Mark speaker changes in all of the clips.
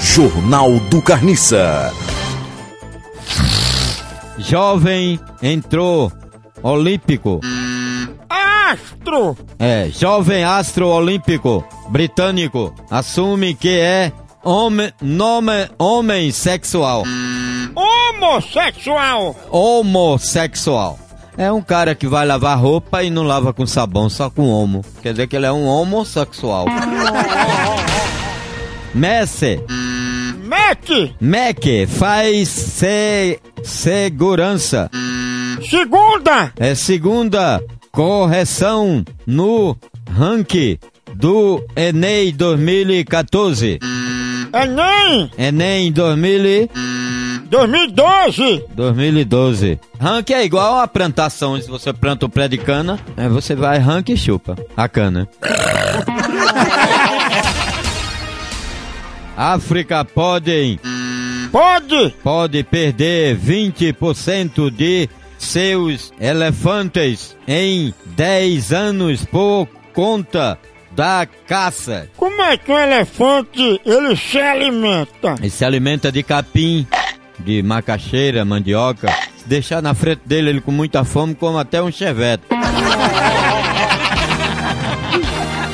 Speaker 1: Jornal do Carniça.
Speaker 2: Jovem entrou olímpico.
Speaker 3: Astro!
Speaker 2: É, jovem astro olímpico britânico assume que é homem, nome, homem sexual,
Speaker 3: Homossexual!
Speaker 2: homossexual. É um cara que vai lavar roupa e não lava com sabão, só com homo. Quer dizer que ele é um homossexual. Messi,
Speaker 3: Mete!
Speaker 2: Mac faz se, segurança.
Speaker 3: Segunda!
Speaker 2: É segunda correção no ranking do Enem 2014.
Speaker 3: Enem!
Speaker 2: Enem 2000
Speaker 3: 2012!
Speaker 2: 2012. Rank é igual a plantação. Se você planta o pé de cana, é, você vai rank e chupa a cana. África podem,
Speaker 3: Pode!
Speaker 2: pode perder 20% de seus elefantes em 10 anos por conta da caça.
Speaker 3: Como é que um elefante ele se alimenta?
Speaker 2: Ele se alimenta de capim, de macaxeira, mandioca. Se deixar na frente dele, ele com muita fome, come até um chevette.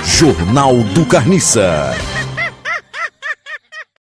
Speaker 1: Jornal do Carniça.